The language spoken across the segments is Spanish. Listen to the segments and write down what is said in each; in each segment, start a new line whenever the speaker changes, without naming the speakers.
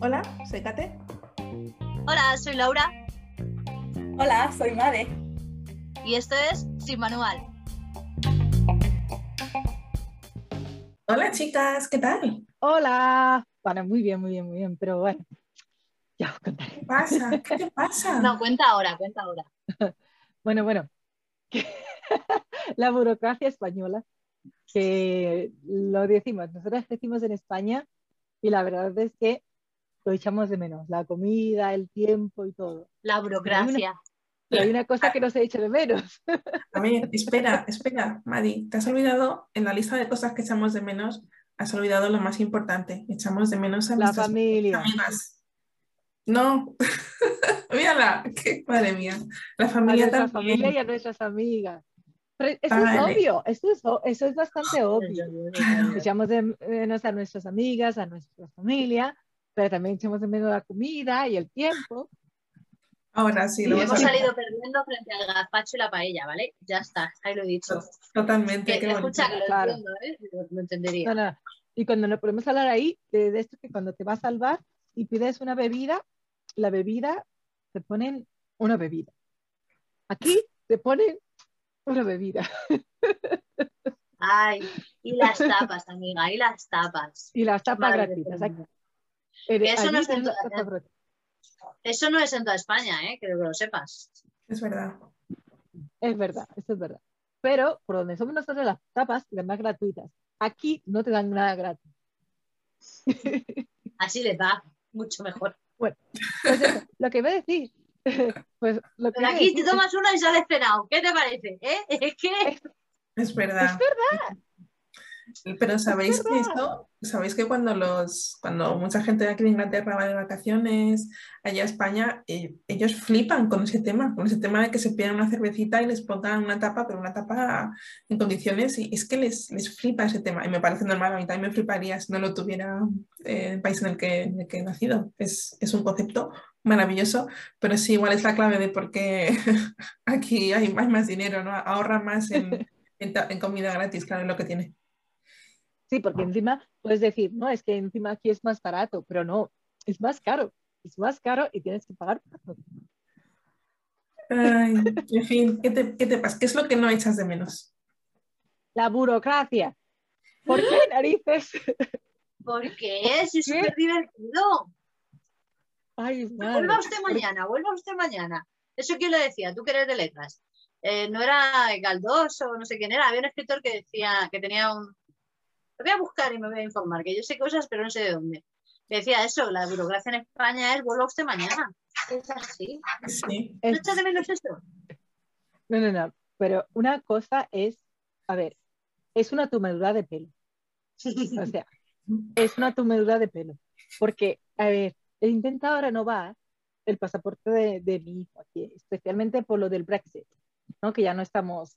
Hola, soy Kate.
Hola, soy Laura
Hola, soy Made.
y esto es Sin Manual.
Hola chicas, ¿qué tal?
Hola. Vale, muy bien, muy bien, muy bien, pero bueno. Ya os contaré.
¿Qué pasa? ¿Qué te pasa?
No, cuenta ahora, cuenta ahora.
Bueno, bueno. que- la burocracia española, que lo decimos, nosotros decimos en España y la verdad es que lo echamos de menos, la comida, el tiempo y todo.
La burocracia.
Pero hay una cosa que no se echa de menos.
A ver, espera, espera, Madi, te has olvidado en la lista de cosas que echamos de menos, has olvidado lo más importante. Echamos de menos a
La
nuestras
familia.
amigas. No, mírala, que- madre mía. La
a
familia
nuestra
también.
familia y a nuestras amigas. Pero eso
Vale. Ah,
es obvio, eso es, o- eso es bastante obvio.
Claro.
Echamos de menos a nuestras amigas, a nuestra familia, pero también echamos de menos la comida y el tiempo.
Ahora sí,
Y
lo vas
hemos
a-
salido perdiendo frente al gazpacho y la paella, ¿vale? Ya está, ahí lo he dicho.
Totalmente,
Que-
qué
que
bonito.
escucha, que lo
Claro.
entiendo, ¿eh? Lo- Lo entendería.
No, no. Y cuando nos podemos hablar ahí, de, de esto que cuando te vas al bar y pides una bebida, la bebida te ponen una bebida. Aquí te ponen una bebida
Ay, y las tapas, amiga, y las tapas.
y las tapas
Madre
gratuitas.
mía.
Aquí- en-
Que pues, eso no
allí
es en
las
todas,
tapas
¿eh?
gratis.
Eso no es en toda España, ¿eh? Creo que lo sepas.
Es verdad.
Es verdad, eso es verdad. Pero por donde somos nosotros las tapas, las más gratuitas. Aquí no te dan nada gratis.
Así les va, mucho mejor.
Pues eso, lo que iba a decir. Pues lo que
Pero
iba a
aquí te
decir
tomas una y sales cenado. ¿Qué te parece? ¿Eh? Es que
Es
es, es
verdad.
verdad,
Pero sabéis que
verdad.
esto, sabéis que cuando los, cuando mucha gente de aquí de Inglaterra va de vacaciones allá a España, eh, ellos flipan con ese tema, con ese tema de que se pidan una cervecita y les pongan una tapa, pero una tapa en condiciones, y es que les, les flipa ese tema, y me parece normal, a mí también me fliparía si no lo tuviera eh, el país en el que, en el que he nacido. Es, es un concepto maravilloso, pero sí, igual es la clave de por qué aquí hay más, más dinero, ¿no? Ahorra más en, en ta- en comida gratis, claro, es lo que tiene.
Sí, porque encima puedes decir, no, es que encima aquí es más barato, pero no, es más caro. Es más caro y tienes que pagar. por todo.
Ay, en fin, ¿qué te, qué te pasa? ¿Qué es lo que no echas de menos?
La burocracia. ¿Por qué narices?
porque es
¿Qué?
súper divertido.
Ay, madre.
Vuelva usted mañana, vuelva usted mañana. Eso quién lo decía, tú que eres de letras. Eh, no era Galdós o no sé quién era, había un escritor que decía que tenía un. Lo voy a buscar y me voy a informar, que yo sé cosas, pero no sé de dónde. Decía eso, la burocracia en España es vuelva usted mañana. Es así.
Sí,
¿No
Es-
echas de menos esto?
no, no, no. Pero una cosa es, a ver, es una tomadura de pelo. O sea, es una tomadura de pelo. Porque, a ver, he intentado renovar el pasaporte de, de mi hijo aquí, especialmente por lo del Brexit, ¿no? que ya no estamos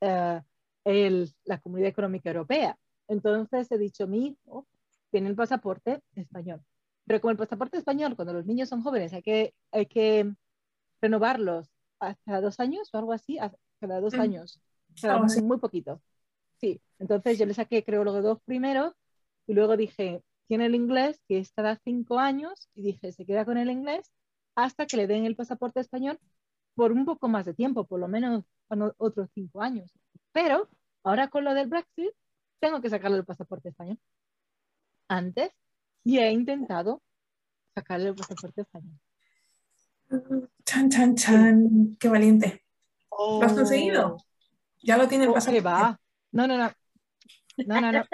eh, en la Comunidad Económica Europea. Entonces he dicho, mi hijo tiene el pasaporte español. Pero como el pasaporte español, cuando los niños son jóvenes, hay que, hay que renovarlos hasta dos años o algo así, haz- cada dos
Mm.
años, cada
Algo así.
muy poquito. Sí, entonces yo le saqué creo los dos primeros y luego dije, tiene el inglés, que es cada cinco años, y dije, se queda con el inglés hasta que le den el pasaporte español por un poco más de tiempo, por lo menos bueno, otros cinco años. Pero ahora con lo del Brexit, tengo que sacarle el pasaporte español antes y he intentado sacarle el pasaporte español.
Chan, chan, chan. Qué valiente. ¿Lo has
Oh.
conseguido? Ya lo tiene el
Oh,
pasaporte.
que va. No, no, no. No, no, no.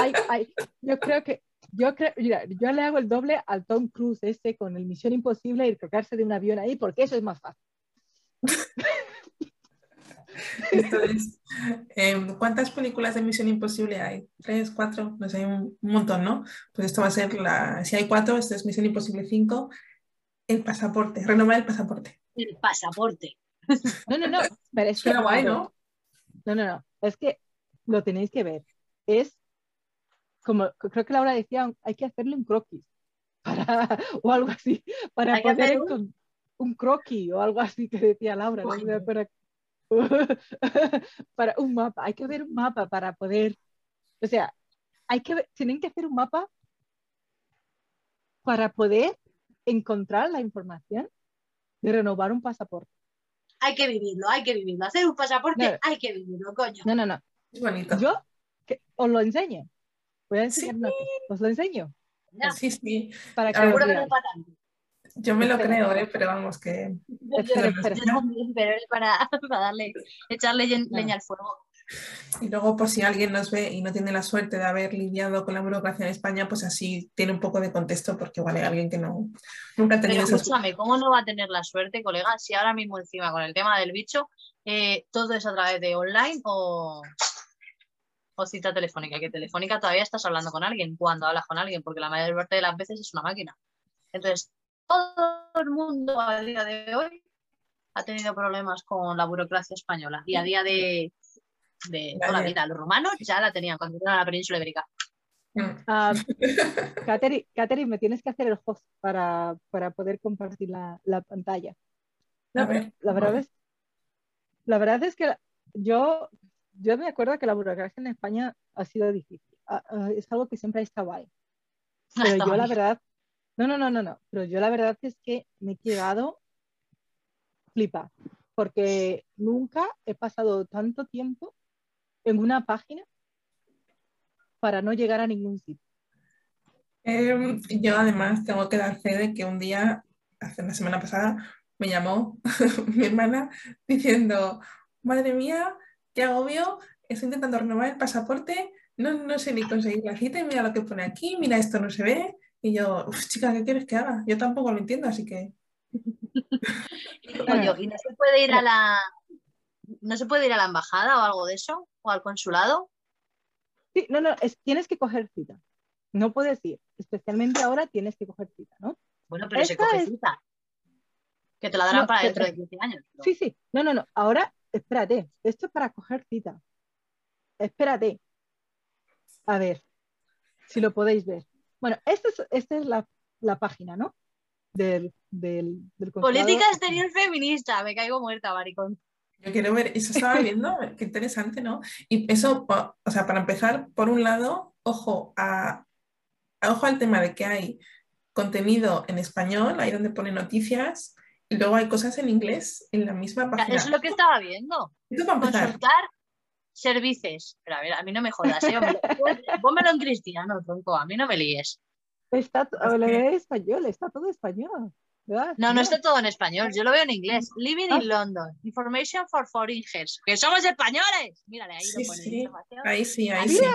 Ay, ay, yo creo que, yo creo, mira, yo le hago el doble al Tom Cruise este con el Misión Imposible y tocarse de un avión ahí, porque eso es más fácil.
Esto es, eh, ¿Cuántas películas de Misión Imposible hay? ¿Tres, cuatro? No sé, hay un un montón, ¿no? Pues esto va a ser la. Si hay cuatro, esto es Misión Imposible 5. El pasaporte, renovar el pasaporte.
El pasaporte.
No, no, no. Pero es que,
Suena guay, ¿no?
No, no, no. Es que lo tenéis que ver. Es como creo que Laura decía, hay que hacerle un croquis para, o algo así, para
Hay que
poder
hacer un-
encon- un croquis o algo así que decía Laura, no
Uy.
me acuerdo. para un mapa, hay que ver un mapa para poder, o sea, hay que ver- tienen que hacer un mapa para poder encontrar la información de renovar un pasaporte.
Hay que vivirlo, hay que vivirlo. Hacer un pasaporte,
No.
hay que vivirlo, coño.
No, no, no.
Es bonito.
Yo que- os lo enseño. Voy a
Sí.
enseñar una cosa. Os lo enseño.
Ya,
Sí, sí.
Para que
seguro
lo
que no
veáis.
es para tanto.
Yo me lo
Espera.
creo, ¿eh? pero vamos, que
Yo- yo-
Espera, espera.
yo también, pero es para, para darle, echarle llen- leña al fuego.
Y luego, por si alguien nos ve y no tiene la suerte de haber lidiado con la burocracia en España, pues así tiene un poco de contexto, porque igual hay alguien que no, nunca ha
Pero
tenido esa suerte.
escúchame, ¿cómo no va a tener la suerte, colega, si ahora mismo encima con el tema del bicho, eh, todo es a través de online o, o cita telefónica? Que telefónica todavía estás hablando con alguien cuando hablas con alguien, porque la mayor parte de las veces es una máquina. Entonces, todo el mundo a día de hoy ha tenido problemas con la burocracia española y a día de, de toda la
Vaya.
vida. Los romanos ya la tenían cuando llegaron a la península ibérica.
Mm,
Ah, Kateri- Kateri, me tienes que hacer el host para, para poder compartir la, la pantalla.
A ver.
La verdad
Vale.
es, la verdad es que yo, yo me acuerdo que la burocracia en España ha sido difícil. Ah, ah, es algo que siempre ha estado ahí. Pero
Hasta
yo la
hoy.
verdad, no, no, no, no, no, pero yo la verdad es que me he quedado flipa, porque nunca he pasado tanto tiempo en una página para no llegar a ningún sitio.
Eh, yo además tengo que dar fe de que un día, hace una semana pasada, me llamó mi hermana diciendo, madre mía, qué agobio, estoy intentando renovar el pasaporte, no, no sé ni conseguir la cita y mira lo que pone aquí, mira esto no se ve. Y yo, "Uf, chica, ¿qué quieres que haga? Yo tampoco lo entiendo, así que...
Oye, ¿y no se puede ir a la no se puede ir a la embajada o algo de eso? ¿O al consulado?
Sí, no, no, es- tienes que coger cita. No puedes ir, especialmente ahora tienes que coger cita, ¿no?
Bueno, pero se
Esta
coge
es-
cita. Que te la darán
No,
para
que-
dentro de 15 años. ¿no?
Sí, sí, no, no, no, ahora espérate, esto es para coger cita. Espérate. A ver, si lo podéis ver. Bueno, esta es, esta es la, la página, ¿no? Del, del, del consulado.
Política exterior feminista, me caigo muerta, maricón.
Yo quiero ver, eso estaba viendo, qué interesante, ¿no? Y eso, po- o sea, para empezar, por un lado, ojo, a, a- ojo al tema de que hay contenido en español, ahí donde pone noticias, y luego hay cosas en inglés en la misma
Eso
página.
es lo que estaba viendo.
Esto para empezar.
Consultar servicios. Pero a ver, a mí no me jodas, ¿eh? hombre. Pónmelo en cristiano, tronco, a mí no me líes.
Está,
Es
lo
que-
veo en español, está todo español. ¿verdad?
No, no
Mira.
está todo en español, yo lo veo en inglés. Living
Ah.
in London, information for foreigners. ¡Que somos españoles! Mírale, ahí
Sí,
lo pone.
sí.
información.
Ahí sí, ahí sí.
Mira,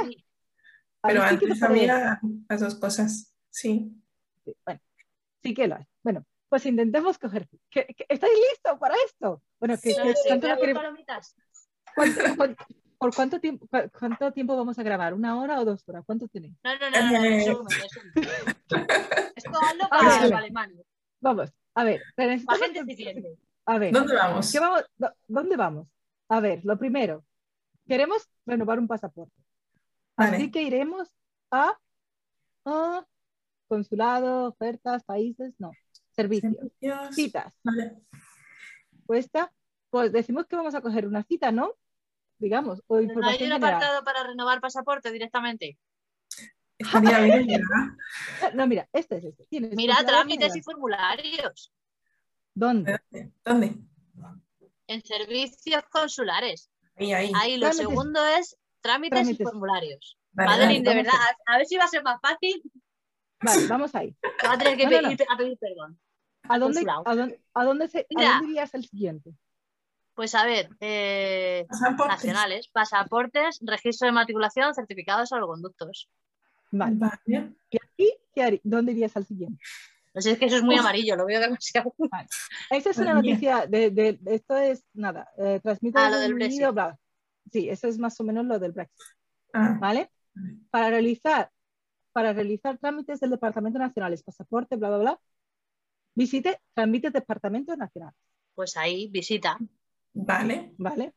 Ahí
Pero
sí que te
antes
pone-
había las dos cosas. Sí.
Sí, bueno, sí que lo hay. Bueno, pues intentemos coger. ¿Qué- qué- ¿Estáis listos para esto? Bueno, que,
No, no, sí,
¿cuánto
voy a
lo
por
queremos-
palomitas.
¿Cuánto- cuán- ¿Por cuánto tiempo, cua- cuánto tiempo vamos a grabar? ¿Una hora o dos horas? ¿Cuánto tenéis?
No, no, no, no, no,
Eh.
resumen, resumen. Esto hazlo
Ah,
para los
vale.
alemanes,
Vamos, a ver. pero
para
necesitamos
gente
que-
eficiente.
A ver,
¿Dónde vamos?
¿qué vamos- do- ¿dónde vamos? A ver, lo primero, queremos renovar un pasaporte.
Vale.
Así que iremos a, a consulado, ofertas, países, no, servicios,
Dios.
citas,
Vale.
cuesta. Pues decimos que vamos a coger una cita, ¿no? Digamos, o
¿No hay
información
un
general.
apartado para renovar pasaporte directamente?
Estaría bien, ¿verdad?
No, mira, este es este. Tienes
Mira,
consulado
trámites y
general.
formularios
¿Dónde?
Espérate, ¿Dónde?
en servicios consulares.
Ahí, ahí.
Ahí lo
Trámites.
segundo es trámites, y
Trámites.
formularios.
Vale, vale.
Madeline, de
vamos
verdad, a, a ver si va a ser más fácil.
Vale, vamos ahí.
te Va a tener que
No, no,
pedir, a pedir perdón.
¿A dónde,
Consulado.
a dónde, a dónde se, a
Mira.
dónde irías el siguiente?
Pues a ver, eh,
Pasaportes.
nacionales, pasaportes, registro de matriculación, certificados o conductos.
Vale.
Vale.
¿Y aquí qué harí- ¿Dónde irías al siguiente?
No sé, es que eso es muy
Uf.
amarillo, lo veo demasiado.
Esa es una
Madre mía.
noticia de, de- de- esto es nada, eh, transmite
Ah,
el
lo del
Reino Unido, bla, bla. Sí, eso es más o menos lo del Brexit,
Ah,
¿vale?
Vale.
Para realizar para realizar trámites del Departamento Nacional, es pasaporte, bla bla bla. Visite trámites Departamento Nacional,
Pues ahí, visita,
vale.
¿vale?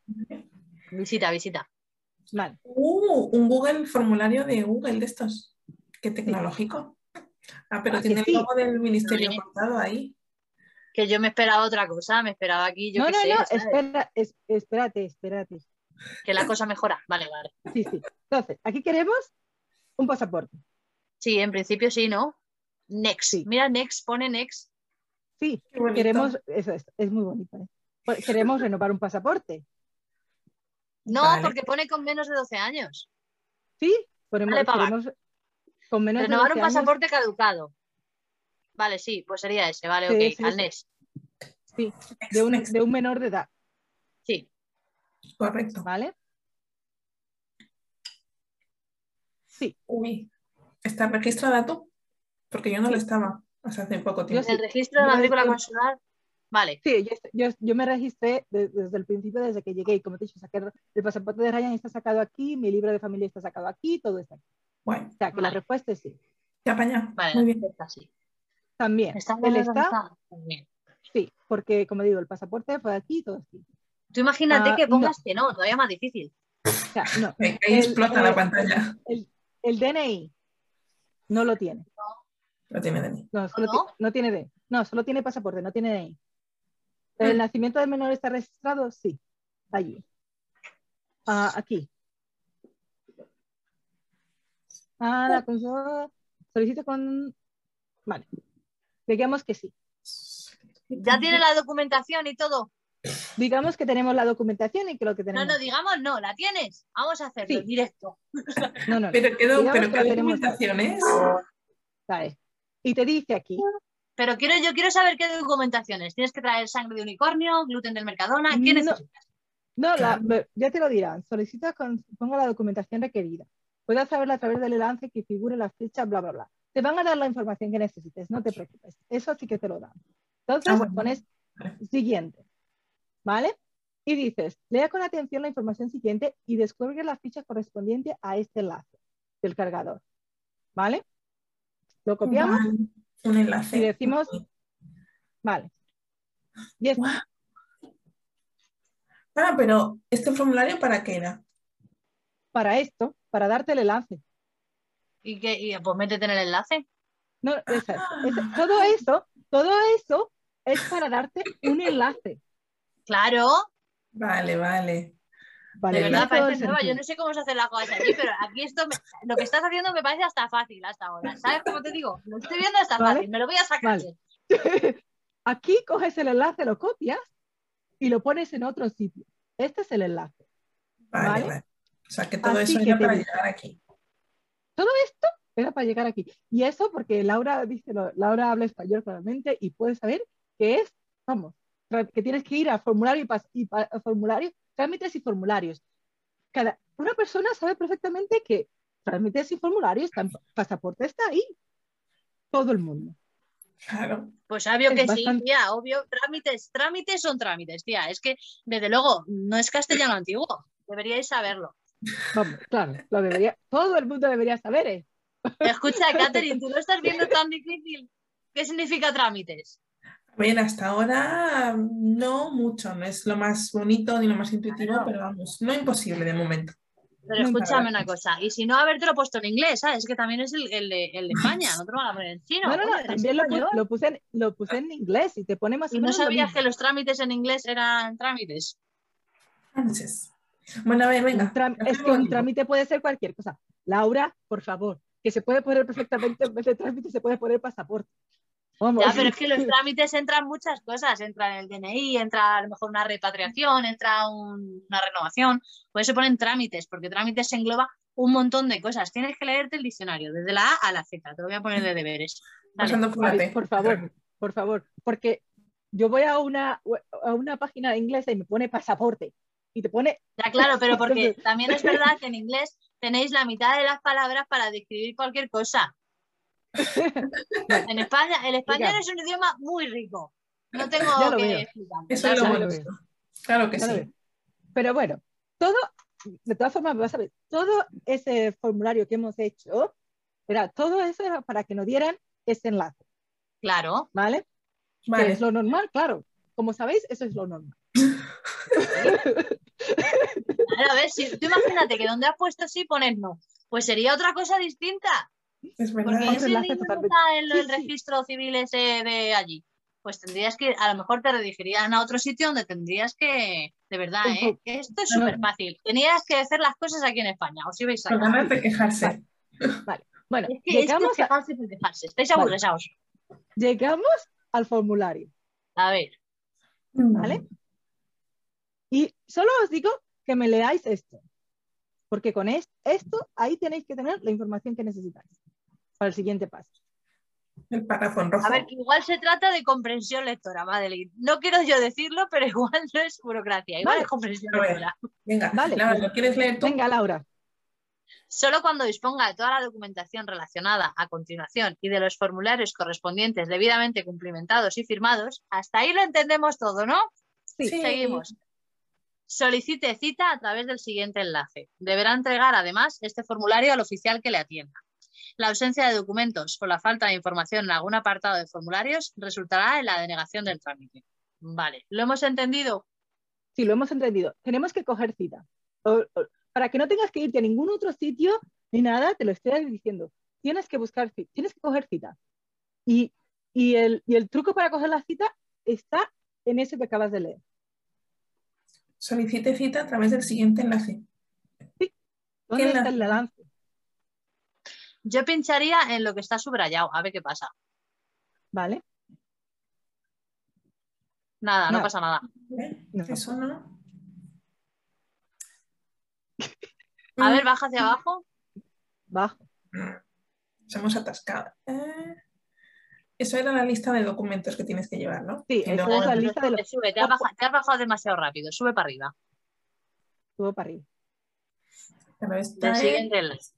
visita, visita.
Vale.
Uh, un Google formulario de Google de estos. Qué tecnológico. Ah, pero
Ah, que
tiene
sí.
el logo del ministerio
Oye.
cortado ahí.
Que yo me esperaba otra cosa, me esperaba aquí, yo
no,
qué
no,
sé,
no,
¿sabes?
espera, es- espérate, espérate.
que la cosa mejora. Vale, vale.
Sí, sí. Entonces, aquí queremos un pasaporte.
Sí, en principio sí, ¿no? Next.
Sí.
Mira, Next, pone Next.
Sí,
Qué bonito.
queremos, eso es, es muy bonito. ¿eh? Pues Queremos renovar un pasaporte.
No,
Vale.
porque pone con menos de 12 años.
Sí, ponemos,
Dale pa' abajo.
queremos con menos de
Renovar un
12 años,
pasaporte caducado. Vale, sí, pues sería ese, vale,
Sí,
ok,
sí,
al
sí.
next.
de un, de un menor de edad,
Sí,
Correcto.
¿vale?
Uy, ¿está registrada tú? Porque yo no lo estaba hasta hace poco
Yo
tiempo.
el
sí.
registro de
Yo
matrícula
estoy-
consular. Vale,
Sí, yo, est- yo, yo me registré de- desde el principio, desde que llegué, y como te he dicho, saqué el- el pasaporte de Ryan está sacado aquí, mi libro de familia está sacado aquí, todo está aquí.
Guay.
O sea, que la
Vale.
respuesta es sí.
Ya apañado.
vale,
Muy bien.
está así.
También,
Está
él
bien
está,
organizado. Bien.
sí, porque como digo, el pasaporte fue aquí, todo aquí.
Tú imagínate
Ah,
que pongas que no, todavía más difícil.
O sea, no,
Ahí
El-
explota
el-
la pantalla.
el DNI no lo tiene.
Lo tiene de mí.
No, solo
no?
ti- no tiene DNI. No, solo tiene pasaporte, no tiene DNI. Pero el
Mm.
nacimiento del menor está registrado, sí, allí. Ah, aquí. Ah, la consola solicita con... Vale. Digamos que sí.
Ya tiene la documentación y todo.
Digamos que tenemos la documentación y que lo que
No,
tenemos...
no, digamos no, la tienes. Vamos a hacerlo
Sí.
en directo.
No, no, no.
Pero quedó,
Digamos
pero
que la
qué
tenemos.
documentación es.
Vale. E. Y te dice aquí,
Pero quiero, yo quiero saber qué documentaciones. Tienes que traer sangre de unicornio, gluten del Mercadona. ¿Qué
No.
necesitas?
no, la- ya te lo dirán, solicita con, ponga la documentación requerida. Puedes saberla a través del enlace que figure la fecha, bla, bla, bla. Te van a dar la información que necesites, no te preocupes. Eso sí que te lo dan. Entonces
Ah, bueno.
pones
Vale.
siguiente, ¿vale? Y dices, lea con atención la información siguiente y descuelgue la ficha correspondiente a este enlace del cargador, ¿vale? Lo copiamos,
Vale. Un enlace.
Y decimos- vale. Y es-
Guau. Ah, pero este formulario para qué era?
para esto, para darte el enlace.
Y, que, y pues métete en el enlace.
No, exacto. Es- todo eso, todo eso es para darte un enlace.
Claro,
Vale, vale.
Vale,
de
Vale,
verdad
Tiene todo
parece
el
nueva. Yo
sentido.
no sé cómo se hacen las cosas allí, pero aquí esto me- lo que estás haciendo me parece hasta fácil hasta ahora. ¿Sabes cómo te digo? Lo estoy viendo hasta
Vale.
fácil, me lo voy a sacar.
Vale. Aquí coges el enlace, lo copias y lo pones en otro sitio. Este es el enlace.
Vale,
Vale.
vale. O sea, que todo
Así
eso
que
era
te
para
dice.
llegar aquí.
Todo esto era para llegar aquí. Y eso porque Laura dice, lo- Laura habla español claramente y puede saber que es, vamos, tra- que tienes que ir a formulario y, pas- y pa- a formulario, trámites y formularios. Cada, una persona sabe perfectamente que trámites y formularios, tan- pasaporte está ahí. Todo el mundo.
Claro.
Pues obvio
Es
que sí,
bastante-
tía, obvio. Trámites, trámites son trámites, tía. Es que, desde luego, no es castellano antiguo. Deberíais saberlo.
Vamos, claro, lo debería, todo el mundo debería saber. ¿eh?
Escucha, Catherine, tú lo estás viendo tan difícil. ¿Qué significa trámites?
A ver, hasta ahora mm, no mucho, no es lo más bonito ni lo más intuitivo,
Claro.
pero vamos, no imposible de momento.
Pero
Nunca
escúchame
lo
una cosa, y si no habértelo puesto en inglés, ¿sabes? Que también es el, el de, el de España, no te lo van a poner en chino.
No, no,
coño,
no,
en
también lo, pu-
español.
lo puse en, lo puse en inglés y te pone más o
Y no
menos lo
sabías
mismo.
que los trámites en inglés eran trámites.
Entonces, bueno, a ver, venga.
Un tram- es que un trámite puede ser cualquier cosa. Laura, por favor, que se puede poner perfectamente, en vez de trámite se puede poner pasaporte. Vamos.
Ya, pero es que los trámites entran muchas cosas, entra el DNI, entra a lo mejor una repatriación, entra un- una renovación, por eso ponen trámites, porque trámites engloba un montón de cosas. Tienes que leerte el diccionario, desde la A a la Z, te lo voy a poner de deberes. Dale.
Pues
Pasando por la
Ay,
T.
por favor. Por favor, porque yo voy a una, a una página inglesa y me pone pasaporte y te pone
Ya, claro, pero porque también es verdad que en inglés tenéis la mitad de las palabras para describir cualquier cosa. En España, el español
Diga.
es un idioma muy rico. No tengo
Ya lo
que
veo.
explicar.
Eso
Ya
es lo
sabes.
lo
bonito. Claro que
Ya lo
sí.
veo. Pero bueno, todo, de todas formas, vas a ver, todo ese formulario que hemos hecho, era, todo eso era para que nos dieran ese enlace,
Claro.
¿vale? Que
Vale.
es lo normal, claro. Como sabéis, eso es lo normal.
Ahora, a ver, si tú imagínate que donde has puesto sí pones no, pues sería otra cosa distinta.
Es
Porque
verdad.
ese
Otro enlace
niño no
totalmente.
está en lo
Sí,
del
sí.
registro civil ese de allí. Pues tendrías que, a lo mejor te redirigirían a otro sitio donde tendrías que, de verdad,
Un
¿eh?
poco.
Esto es
No, no.
súper fácil. Tenías que hacer las cosas aquí en España, os ibais a
Con ganas de quejarse.
Bueno,
Es que esto
llegamos,
es
a-
quejarse por quejarse. Estáis
Vale.
aburridos.
llegamos al formulario.
A ver.
¿Vale? Y solo os digo que me leáis esto, porque con es- esto ahí tenéis que tener la información que necesitáis para el siguiente paso.
El párrafo en rojo.
A ver, que igual se trata de comprensión lectora, Madeleine. No quiero yo decirlo, pero igual no es burocracia, igual
Vale.
es comprensión
A ver.
lectora.
Venga,
Vale.
Laura, ¿lo quieres leer tú?
Venga, Laura.
Solo cuando disponga de toda la documentación relacionada a continuación y de los formularios correspondientes debidamente cumplimentados y firmados, hasta ahí lo entendemos todo, ¿no?
Sí.
Seguimos. Solicite cita a través del siguiente enlace. Deberá entregar además este formulario al oficial que le atienda. La ausencia de documentos o la falta de información en algún apartado de formularios resultará en la denegación del trámite. Vale, ¿lo hemos entendido?
Sí, lo hemos entendido. Tenemos que coger cita. O- o- para que no tengas que irte a ningún otro sitio ni nada, te lo estoy diciendo. Tienes que buscar, ci- tienes que coger cita. Y, y el, y el truco para coger la cita está en eso que acabas de leer.
Solicite cita a través del siguiente enlace.
¿Dónde
¿Qué
está
enlace?
el enlace?
Yo pincharía en lo que está subrayado, a ver qué pasa.
¿Vale?
Nada, no
Nada.
pasa nada.
¿Eh?
No.
Eso no.
A
Mm,
ver, baja hacia abajo.
Bajo.
Nos hemos atascado. Eh, Eso era la lista de documentos que tienes que llevar, ¿no?
Sí,
Y
eso
luego-
es la lista de los
Sube, sube, te has baja- te has bajado demasiado rápido, sube para arriba.
tuvo para arriba.
Claro, está
Del
es
siguiente enlace.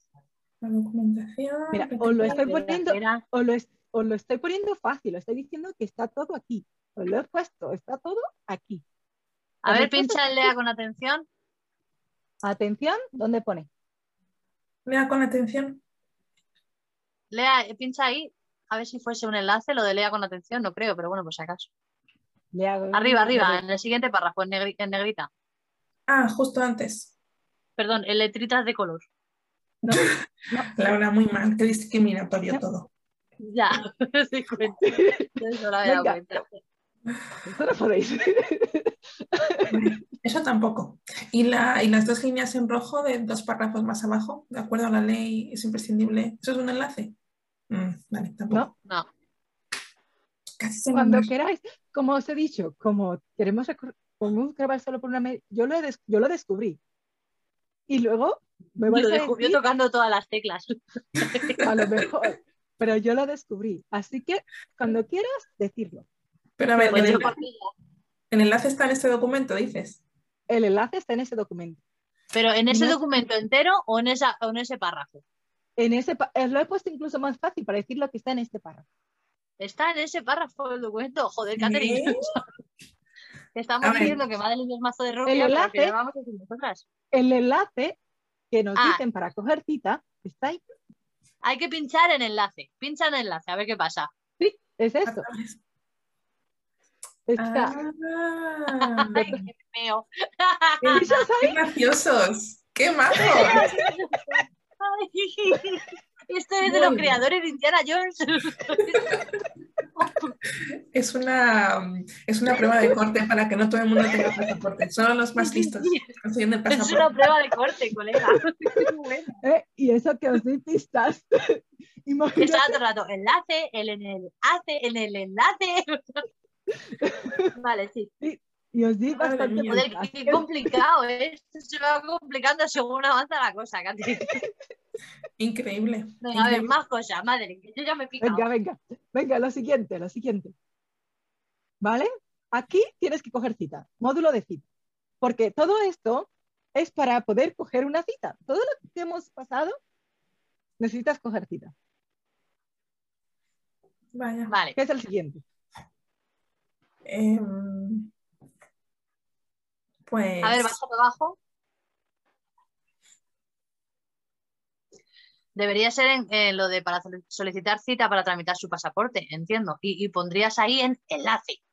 la documentación.
Mira, os lo estoy
Espera,
poniendo,
espera.
os lo, es- os lo estoy poniendo fácil, os estoy diciendo que está todo aquí. Os lo he puesto, está todo aquí.
A ver,
Las respuestas-
pincha en lea con atención.
Atención, ¿dónde pone?
Lea con atención.
Lea, eh, pincha ahí, a ver si fuese un enlace, lo de lea con atención, no creo, pero bueno, pues si acaso.
Le hago-
Arriba, arriba, en el siguiente párrafo, en, negri- en negrita.
Ah, justo antes.
Perdón, en letritas de color.
Laura, muy mal, qué discriminatorio todo.
Ya, me doy cuenta. Entonces no lo había dado
Venga.
cuenta.
Eso no podéis.
Eso tampoco. Y, la, y las dos líneas en rojo de dos párrafos más abajo, de acuerdo a la ley, es imprescindible. ¿Eso es un enlace? Mm, vale, tampoco.
No. No.
Casi se me
Cuando
marcha.
queráis, como os he dicho, como queremos recor- podemos grabar solo por una media, yo lo, he des- yo lo descubrí. Y luego me vais
Lo
a
descubrió
decir,
tocando todas las teclas. Pues
a lo mejor, pero yo lo descubrí. Así que cuando quieras, decirlo.
Pero a ver,
Pues
el,
yo
enla-
por mí ya.
el enlace está en este documento, dices.
El enlace está en ese documento.
Pero en ese
No.
documento entero o en, esa, o en ese párrafo.
En ese pa- eh, lo he puesto incluso más fácil para decir lo que está en este párrafo.
Está en ese párrafo del documento. Joder,
¿Eh?
Catherine. Te
A
estamos
ver.
diciendo que Madeleine es mazo de roca,
El
pero al
enlace-
final vamos a decir nosotras.
El enlace que nos
Ah.
dicen para coger cita está ahí.
Hay que pinchar en enlace. Pincha en enlace, a ver qué pasa.
Sí, es eso. Está.
Ah,
Ay, qué feo.
qué-
Pinchas
¡Qué graciosos! ¡Qué majos!
Ay, Esto es de los
Bueno.
creadores de Indiana Jones.
Es una, es una prueba de corte para que no todo el mundo tenga pasaporte, solo los más listos consiguen el
Es una
pasaporte.
prueba de corte, colega. Bueno,
Eh, y eso que os di pistas. Imagínate.
Estaba todo el rato, enlace, el en el hace, en el enlace. Vale, sí.
Y os di
Madre
bastante
mía.
Joder,
pistas.
qué complicado, ¿eh? Esto se va complicando según avanza la cosa, Cati.
Increíble.
Venga, a ver,
increíble.
más cosas, madre, que yo ya me he picado.
Venga, venga. Venga, lo siguiente, lo siguiente. ¿Vale? Aquí tienes que coger cita, módulo de cita. Porque todo esto es para poder coger una cita. Todo lo que hemos pasado, necesitas coger cita.
Vaya.
Vale,
¿Qué es el siguiente?
Em, pues.
a ver, baja para abajo. Debería ser en, en lo de para solic- solicitar cita para tramitar su pasaporte, entiendo. Y, y pondrías ahí en enlace.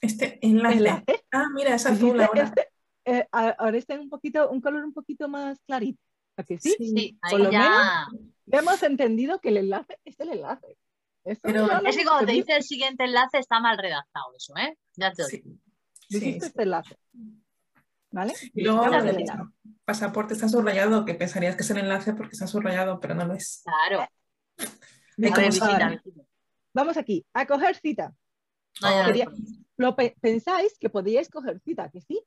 Este enlace.
Enlace.
Ah, mira, es
Dice
azul ahora.
este, eh, a- ahora está en un poquito, un color un poquito más clarito. ¿A que sí?
Sí, ahí
por lo
ya.
Ya hemos entendido que el enlace es el enlace. Eso
Pero
ya lo
Es que
hemos
cuando te
entendido.
dice el siguiente enlace está mal redactado eso, ¿eh? Ya te lo digo.
Sí. Sí,
Dijiste este enlace. ¿vale?
Y luego
Ahora
lo
del
del
enlace.
pasaporte está subrayado, que pensarías que es el enlace porque está subrayado, pero no lo es.
Claro.
Hay
A
como
ver,
saber.
visita, visita.
Vamos aquí, a coger cita.
No, ya,
Quería-
no.
¿Lo pe- pensáis que podíais coger cita? ¿Que sí?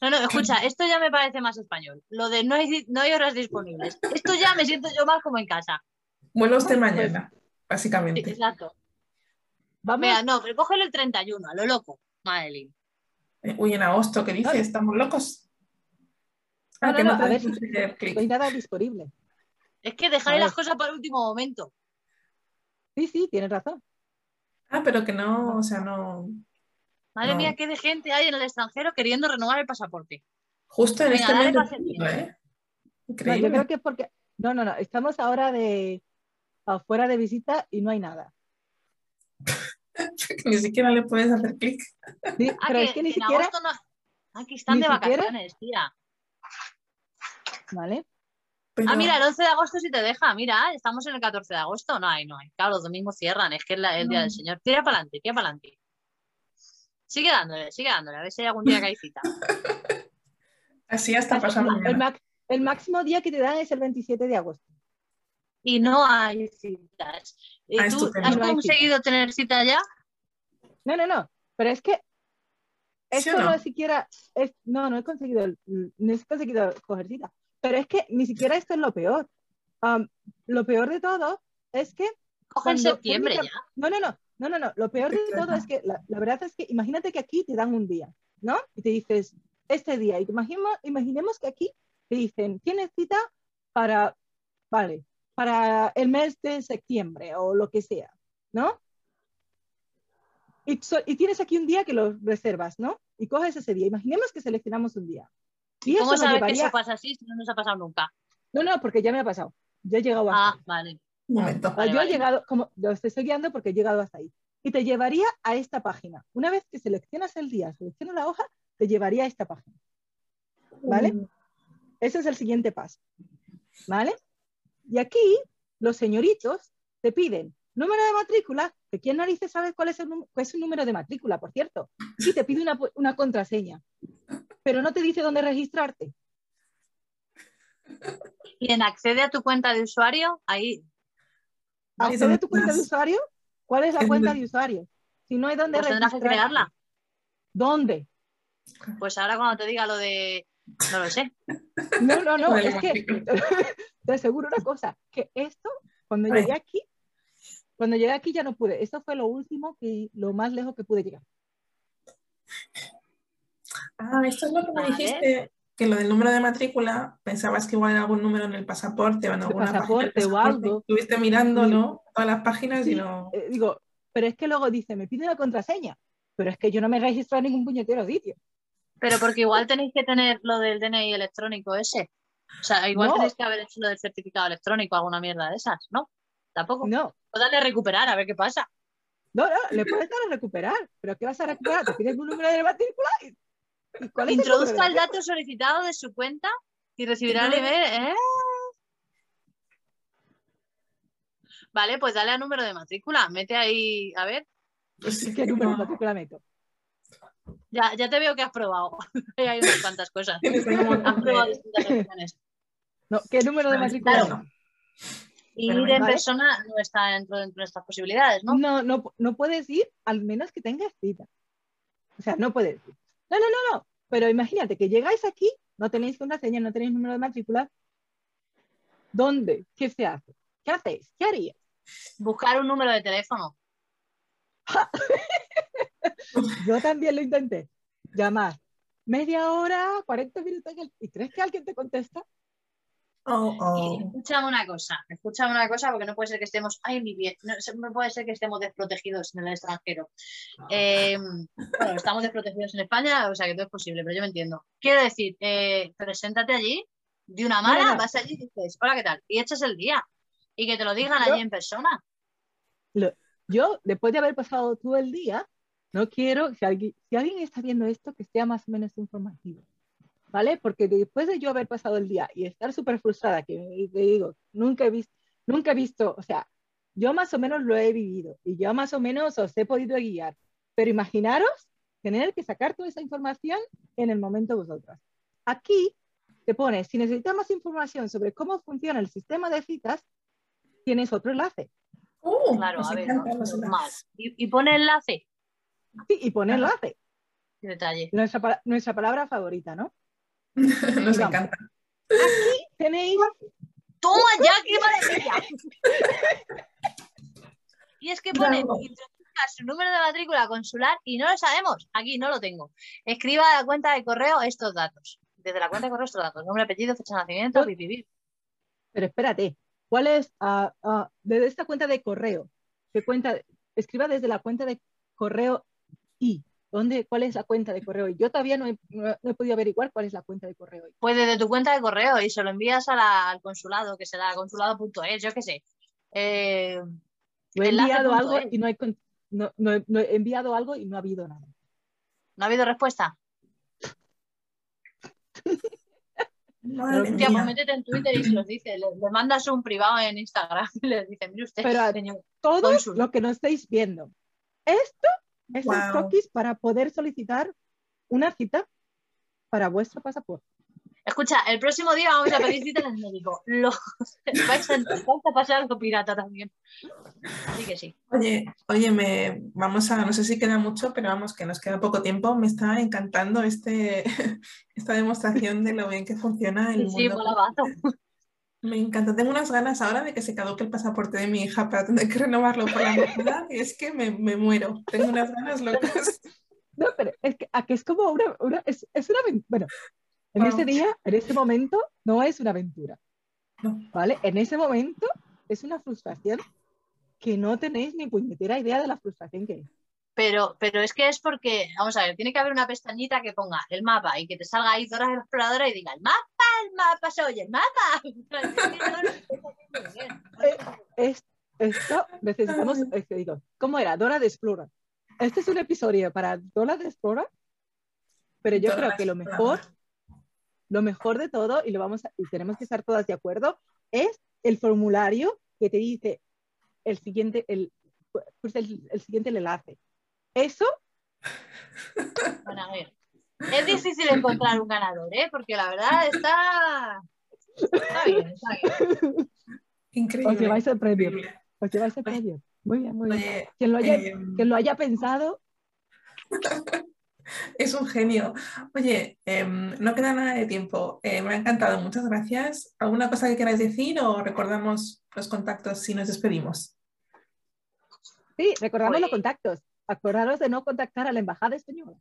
No, no, escucha, esto ya me parece más español. Lo de no hay, di- no hay horas disponibles. Esto ya me siento yo más como en casa.
Vuelos de
Pues-
mañana,
Sí,
básicamente.
exacto.
Vamos.
Vea, no, pero cógelo el 31, a lo loco, Madeline.
Eh, Uy, en agosto, ¿qué dices? ¿Estamos locos? Ah,
No,
que
no,
no,
no, a
tenemos
ver.
que hacer clic.
No hay nada disponible.
Es que dejaré
Vale.
las cosas para el último momento.
Sí, sí, tienes razón.
Ah, pero que no, o sea, no.
Madre
No.
mía, qué de gente hay en el extranjero queriendo renovar el pasaporte.
Justo en
Venga,
este
dale
mes de
pase
julio, ¿eh?
No, yo
Increíble.
creo que es porque. No, no, no. Estamos ahora de afuera de visita y no hay nada.
Ni siquiera le puedes hacer clic.
Sí,
Ah,
pero
que,
es que ni
en
siquiera.
agosto no- Ah, que están
ni
de
siquiera-
vacaciones, tía.
Vale.
Pero
Ah, mira, el 11 de agosto sí te deja. Mira, estamos en el 14 de agosto. No hay, no hay. Claro, los domingos cierran. Es que es la- el día
Mm.
No.
del señor. Tira para adelante, tira para adelante. Sigue dándole, sigue dándole. A ver si hay algún día que hay cita.
así hasta pasado
El,
mañana.
max- el máximo día que te dan es el 27 de agosto.
Y no hay citas. ¿Y
Ah,
¿Tú
estupendo.
has
No hay
conseguido tener cita ya?
No, no, no. Pero es que
¿Sí
esto
o no?
no siquiera es, no, no he conseguido, el- no he conseguido coger cita. Pero es que ni siquiera esto es lo peor. Am, lo peor de todo es que,
Coge en
Cuando
septiembre
publica-
ya.
no, no, no, no, no, no. Lo peor de
Exacto.
todo es que la, la verdad es que imagínate que aquí te dan un día, ¿no? Y te dices, este día, y imagino- imaginemos que aquí te dicen, tienes cita para, vale, para el mes de septiembre o lo que sea, ¿no? Y, so- y tienes aquí un día que lo reservas, ¿no? Y coges ese día. Imaginemos que seleccionamos un día. Y eso
¿Cómo
nos
sabes que
llevaría...
eso pasa así si no nos ha pasado nunca?
No, no, porque ya me ha pasado. Yo he llegado hasta
Ah,
ahí.
vale.
Un momento.
vale,
yo
vale.
he llegado, como lo estoy guiando porque he llegado hasta ahí. Y te llevaría a esta página. Una vez que seleccionas el día, seleccionas la hoja, te llevaría a esta página. ¿Vale? Ese es el siguiente paso. ¿Vale? Y aquí los señoritos te piden número de matrícula, que quién narices sabe cuál es, el num- cuál es su número de matrícula, por cierto, y te pide una, pu- una contraseña, pero no te dice dónde registrarte.
Y en accede a tu cuenta de usuario, ahí.
Ahí
Accede a
son
tu cuenta de
las-
usuario, ¿cuál es la
Es
cuenta
donde-
de usuario? Si no hay dónde
Pues tendrás que
registrarte.
crearla.
¿Dónde?
Pues ahora cuando te diga lo de. No lo sé.
No, no, no,
Vale,
es que te aseguro una cosa, que esto, cuando
Ay.
llegué aquí, cuando llegué aquí ya no pude. Esto fue lo último que lo más lejos que pude llegar.
Ah, esto es lo que me
A
dijiste, que lo del número de matrícula, pensabas que igual era algún número en el pasaporte o en alguna página del
pasaporte o
pasaporte.
algo.
Estuviste mirando,
Sí.
¿no? Todas las páginas y
Sí,
no.
eh, digo, pero es que luego dice, me pide una contraseña, pero es que yo no me he registrado en ningún puñetero sitio.
Pero porque igual tenéis que tener lo del DNI electrónico ese. O sea, igual
No.
tenéis que haber hecho lo del certificado electrónico, alguna mierda de esas, ¿no? Tampoco.
No,
O darle a recuperar, a ver qué pasa.
no, no, le puedes dar a recuperar, pero ¿qué vas a recuperar? Te pides un número de matrícula y, y cuál es el número de
Introduzca el
matrícula?
dato solicitado de su cuenta y recibirá el
No.
email. ¿eh? Vale, pues dale al número de matrícula. Mete ahí, a ver.
Pues es
¿Qué
que
número de
no.
matrícula meto?
Ya, ya te veo que has probado. hay unas cuantas cosas.
Tienes ahí un montón
Has
de-
probado distintas opciones.
No, ¿qué número de
Vale,
matrícula?
claro.
meto?
Y
Pero ¿eh?
ir
bueno,
en
vale.
persona no está dentro de nuestras posibilidades, ¿no?
No, no, pu- no puedes ir al menos que tengas cita. O sea, no puedes ir. No, no, no, no. Pero imagínate que llegáis aquí, no tenéis contraseña, no tenéis número de matrícula. ¿Dónde? ¿Qué se hace? ¿Qué hacéis? ¿Qué haríais?
Buscar un número de teléfono.
Yo también lo intenté. Llamar. Media hora, 40 minutos. en el- ¿Y crees que alguien te contesta?
Oh, oh.
Y escúchame una cosa, escúchame una cosa porque no puede ser que estemos, ay mi bien, no, se- no puede ser que estemos desprotegidos en el extranjero. Eh, bueno, estamos desprotegidos en España, o sea que todo es posible, pero yo me entiendo. Quiero decir, eh, preséntate allí, de una mala,
No, no, no.
vas allí y dices, hola, ¿qué tal? Y echas el día. Y que te lo digan
Yo-
allí en persona.
Yo, después de haber pasado todo el día, no quiero, si alguien, si alguien está viendo esto, que sea más o menos informativo. ¿Vale? Porque después de yo haber pasado el día y estar súper frustrada, que te digo, nunca he visto, nunca he visto, o sea, yo más o menos lo he vivido y yo más o menos os he podido guiar. Pero imaginaros tener que sacar toda esa información en el momento vosotras. Aquí te pones, si necesitas más información sobre cómo funciona el sistema de citas, tienes otro enlace
Uh,
Claro,
nos
a ver,
encanta,
no,
nos encanta.
normal. Y, y pone enlace.
Sí, y pone
Ajá.
enlace.
Qué detalle.
Nuestra, pa- nuestra palabra favorita, ¿no?
Nos
Vamos.
encanta.
Tenéis
¡Toma ya, qué maravilla! y es que pone
Bravo.
introduzca su número de matrícula consular y no lo sabemos. Aquí no lo tengo. Escriba a la cuenta de correo estos datos. Desde la cuenta de correo estos datos. Nombre, apellido, fecha de nacimiento,
Pues-
pipi, pipi.
Pero espérate, ¿cuál es? ah, ah, desde esta cuenta de correo, ¿qué cuenta? Escriba desde la cuenta de correo I. ¿Dónde, ¿Cuál es la cuenta de correo I? Yo todavía no he, no he podido averiguar cuál es la cuenta de correo I.
Pues desde tu cuenta de correo y se lo envías a la- al consulado, que será consulado.es, yo qué sé. Eh,
Yo he
Enlace
enviado
punto
algo
es.
y no, hay con- no- no he, no he enviado algo y no ha habido nada.
¿No ha habido respuesta?
Madre
Hostia, pues
mía.
métete en Twitter y se los dice. Le, le mandas un privado en Instagram y les dice, mire usted,
Pero a-
señor.
Todo
Consul.
lo que no estáis viendo. Esto es
Guau.
el croquis para poder solicitar una cita para vuestro pasaporte.
Escucha, el próximo día vamos a pedir cita en el médico. Lo, vais, a, vais a pasar algo pirata también. Así que sí.
Oye, oye, me vamos a, no sé si queda mucho, pero vamos, que nos queda poco tiempo. Me está encantando este, esta demostración de lo bien que funciona el
Sí, sí,
mundo.
bolabazo.
Me encanta. Tengo unas ganas ahora de que se caduque el pasaporte de mi hija para tener que renovarlo por la moda. Y es que me, me muero. Tengo unas ganas locas.
No, pero es que, a que es como una, una- es, es una aven- bueno, en
Wow.
ese día, en ese momento, no es una aventura,
No.
¿vale? En ese momento es una frustración que no tenéis ni puñetera idea de la frustración que es.
Pero, pero es que es porque, vamos a ver, tiene que haber una pestañita que ponga el mapa y que te salga ahí Dora la exploradora y diga, el mapa, el mapa, se oye, el mapa.
Es- esto necesitamos, es que digo, ¿cómo era? Dora de Explora. Este es un episodio para Dora de Explora, pero yo
Dora
creo que lo
Exploradora.
mejor, lo mejor de todo, y lo vamos a- y tenemos que estar todas de acuerdo, es el formulario que te dice el siguiente, el, pues el, el siguiente enlace. Eso,
Bueno, a ver. Es difícil encontrar un ganador, ¿eh? Porque la verdad está. Está bien, está bien.
os
Increíble.
lleváis el premio,
increíble.
os lleváis el
Oye,
premio. Muy bien, muy bien.
Oye,
Quien lo haya,
Pues, eh,
quien lo haya pensado,
Es un genio. Oye, em, no queda nada de tiempo. Eh, me ha encantado. Muchas gracias. ¿Alguna cosa que queráis decir o recordamos los contactos si nos despedimos?
sí, recordamos
Pues-
los contactos. Acordaros de no contactar a la Embajada Española.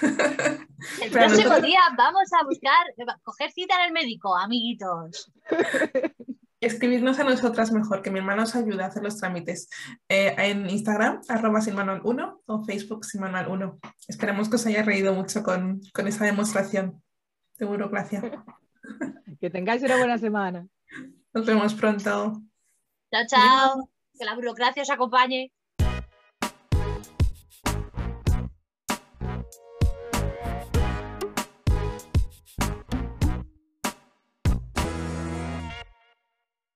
El
Claro,
próximo
nosotros-
día vamos a buscar, coger cita en el médico, amiguitos.
Escribirnos a nosotras mejor, que mi hermano os ayuda a hacer los trámites. Eh, en Instagram, arroba sinmanual1 o Facebook sinmanual1. Esperamos que os haya reído mucho con, con esa demostración de burocracia.
Que tengáis una buena semana.
Nos vemos pronto.
Chao, chao. Que la burocracia os acompañe.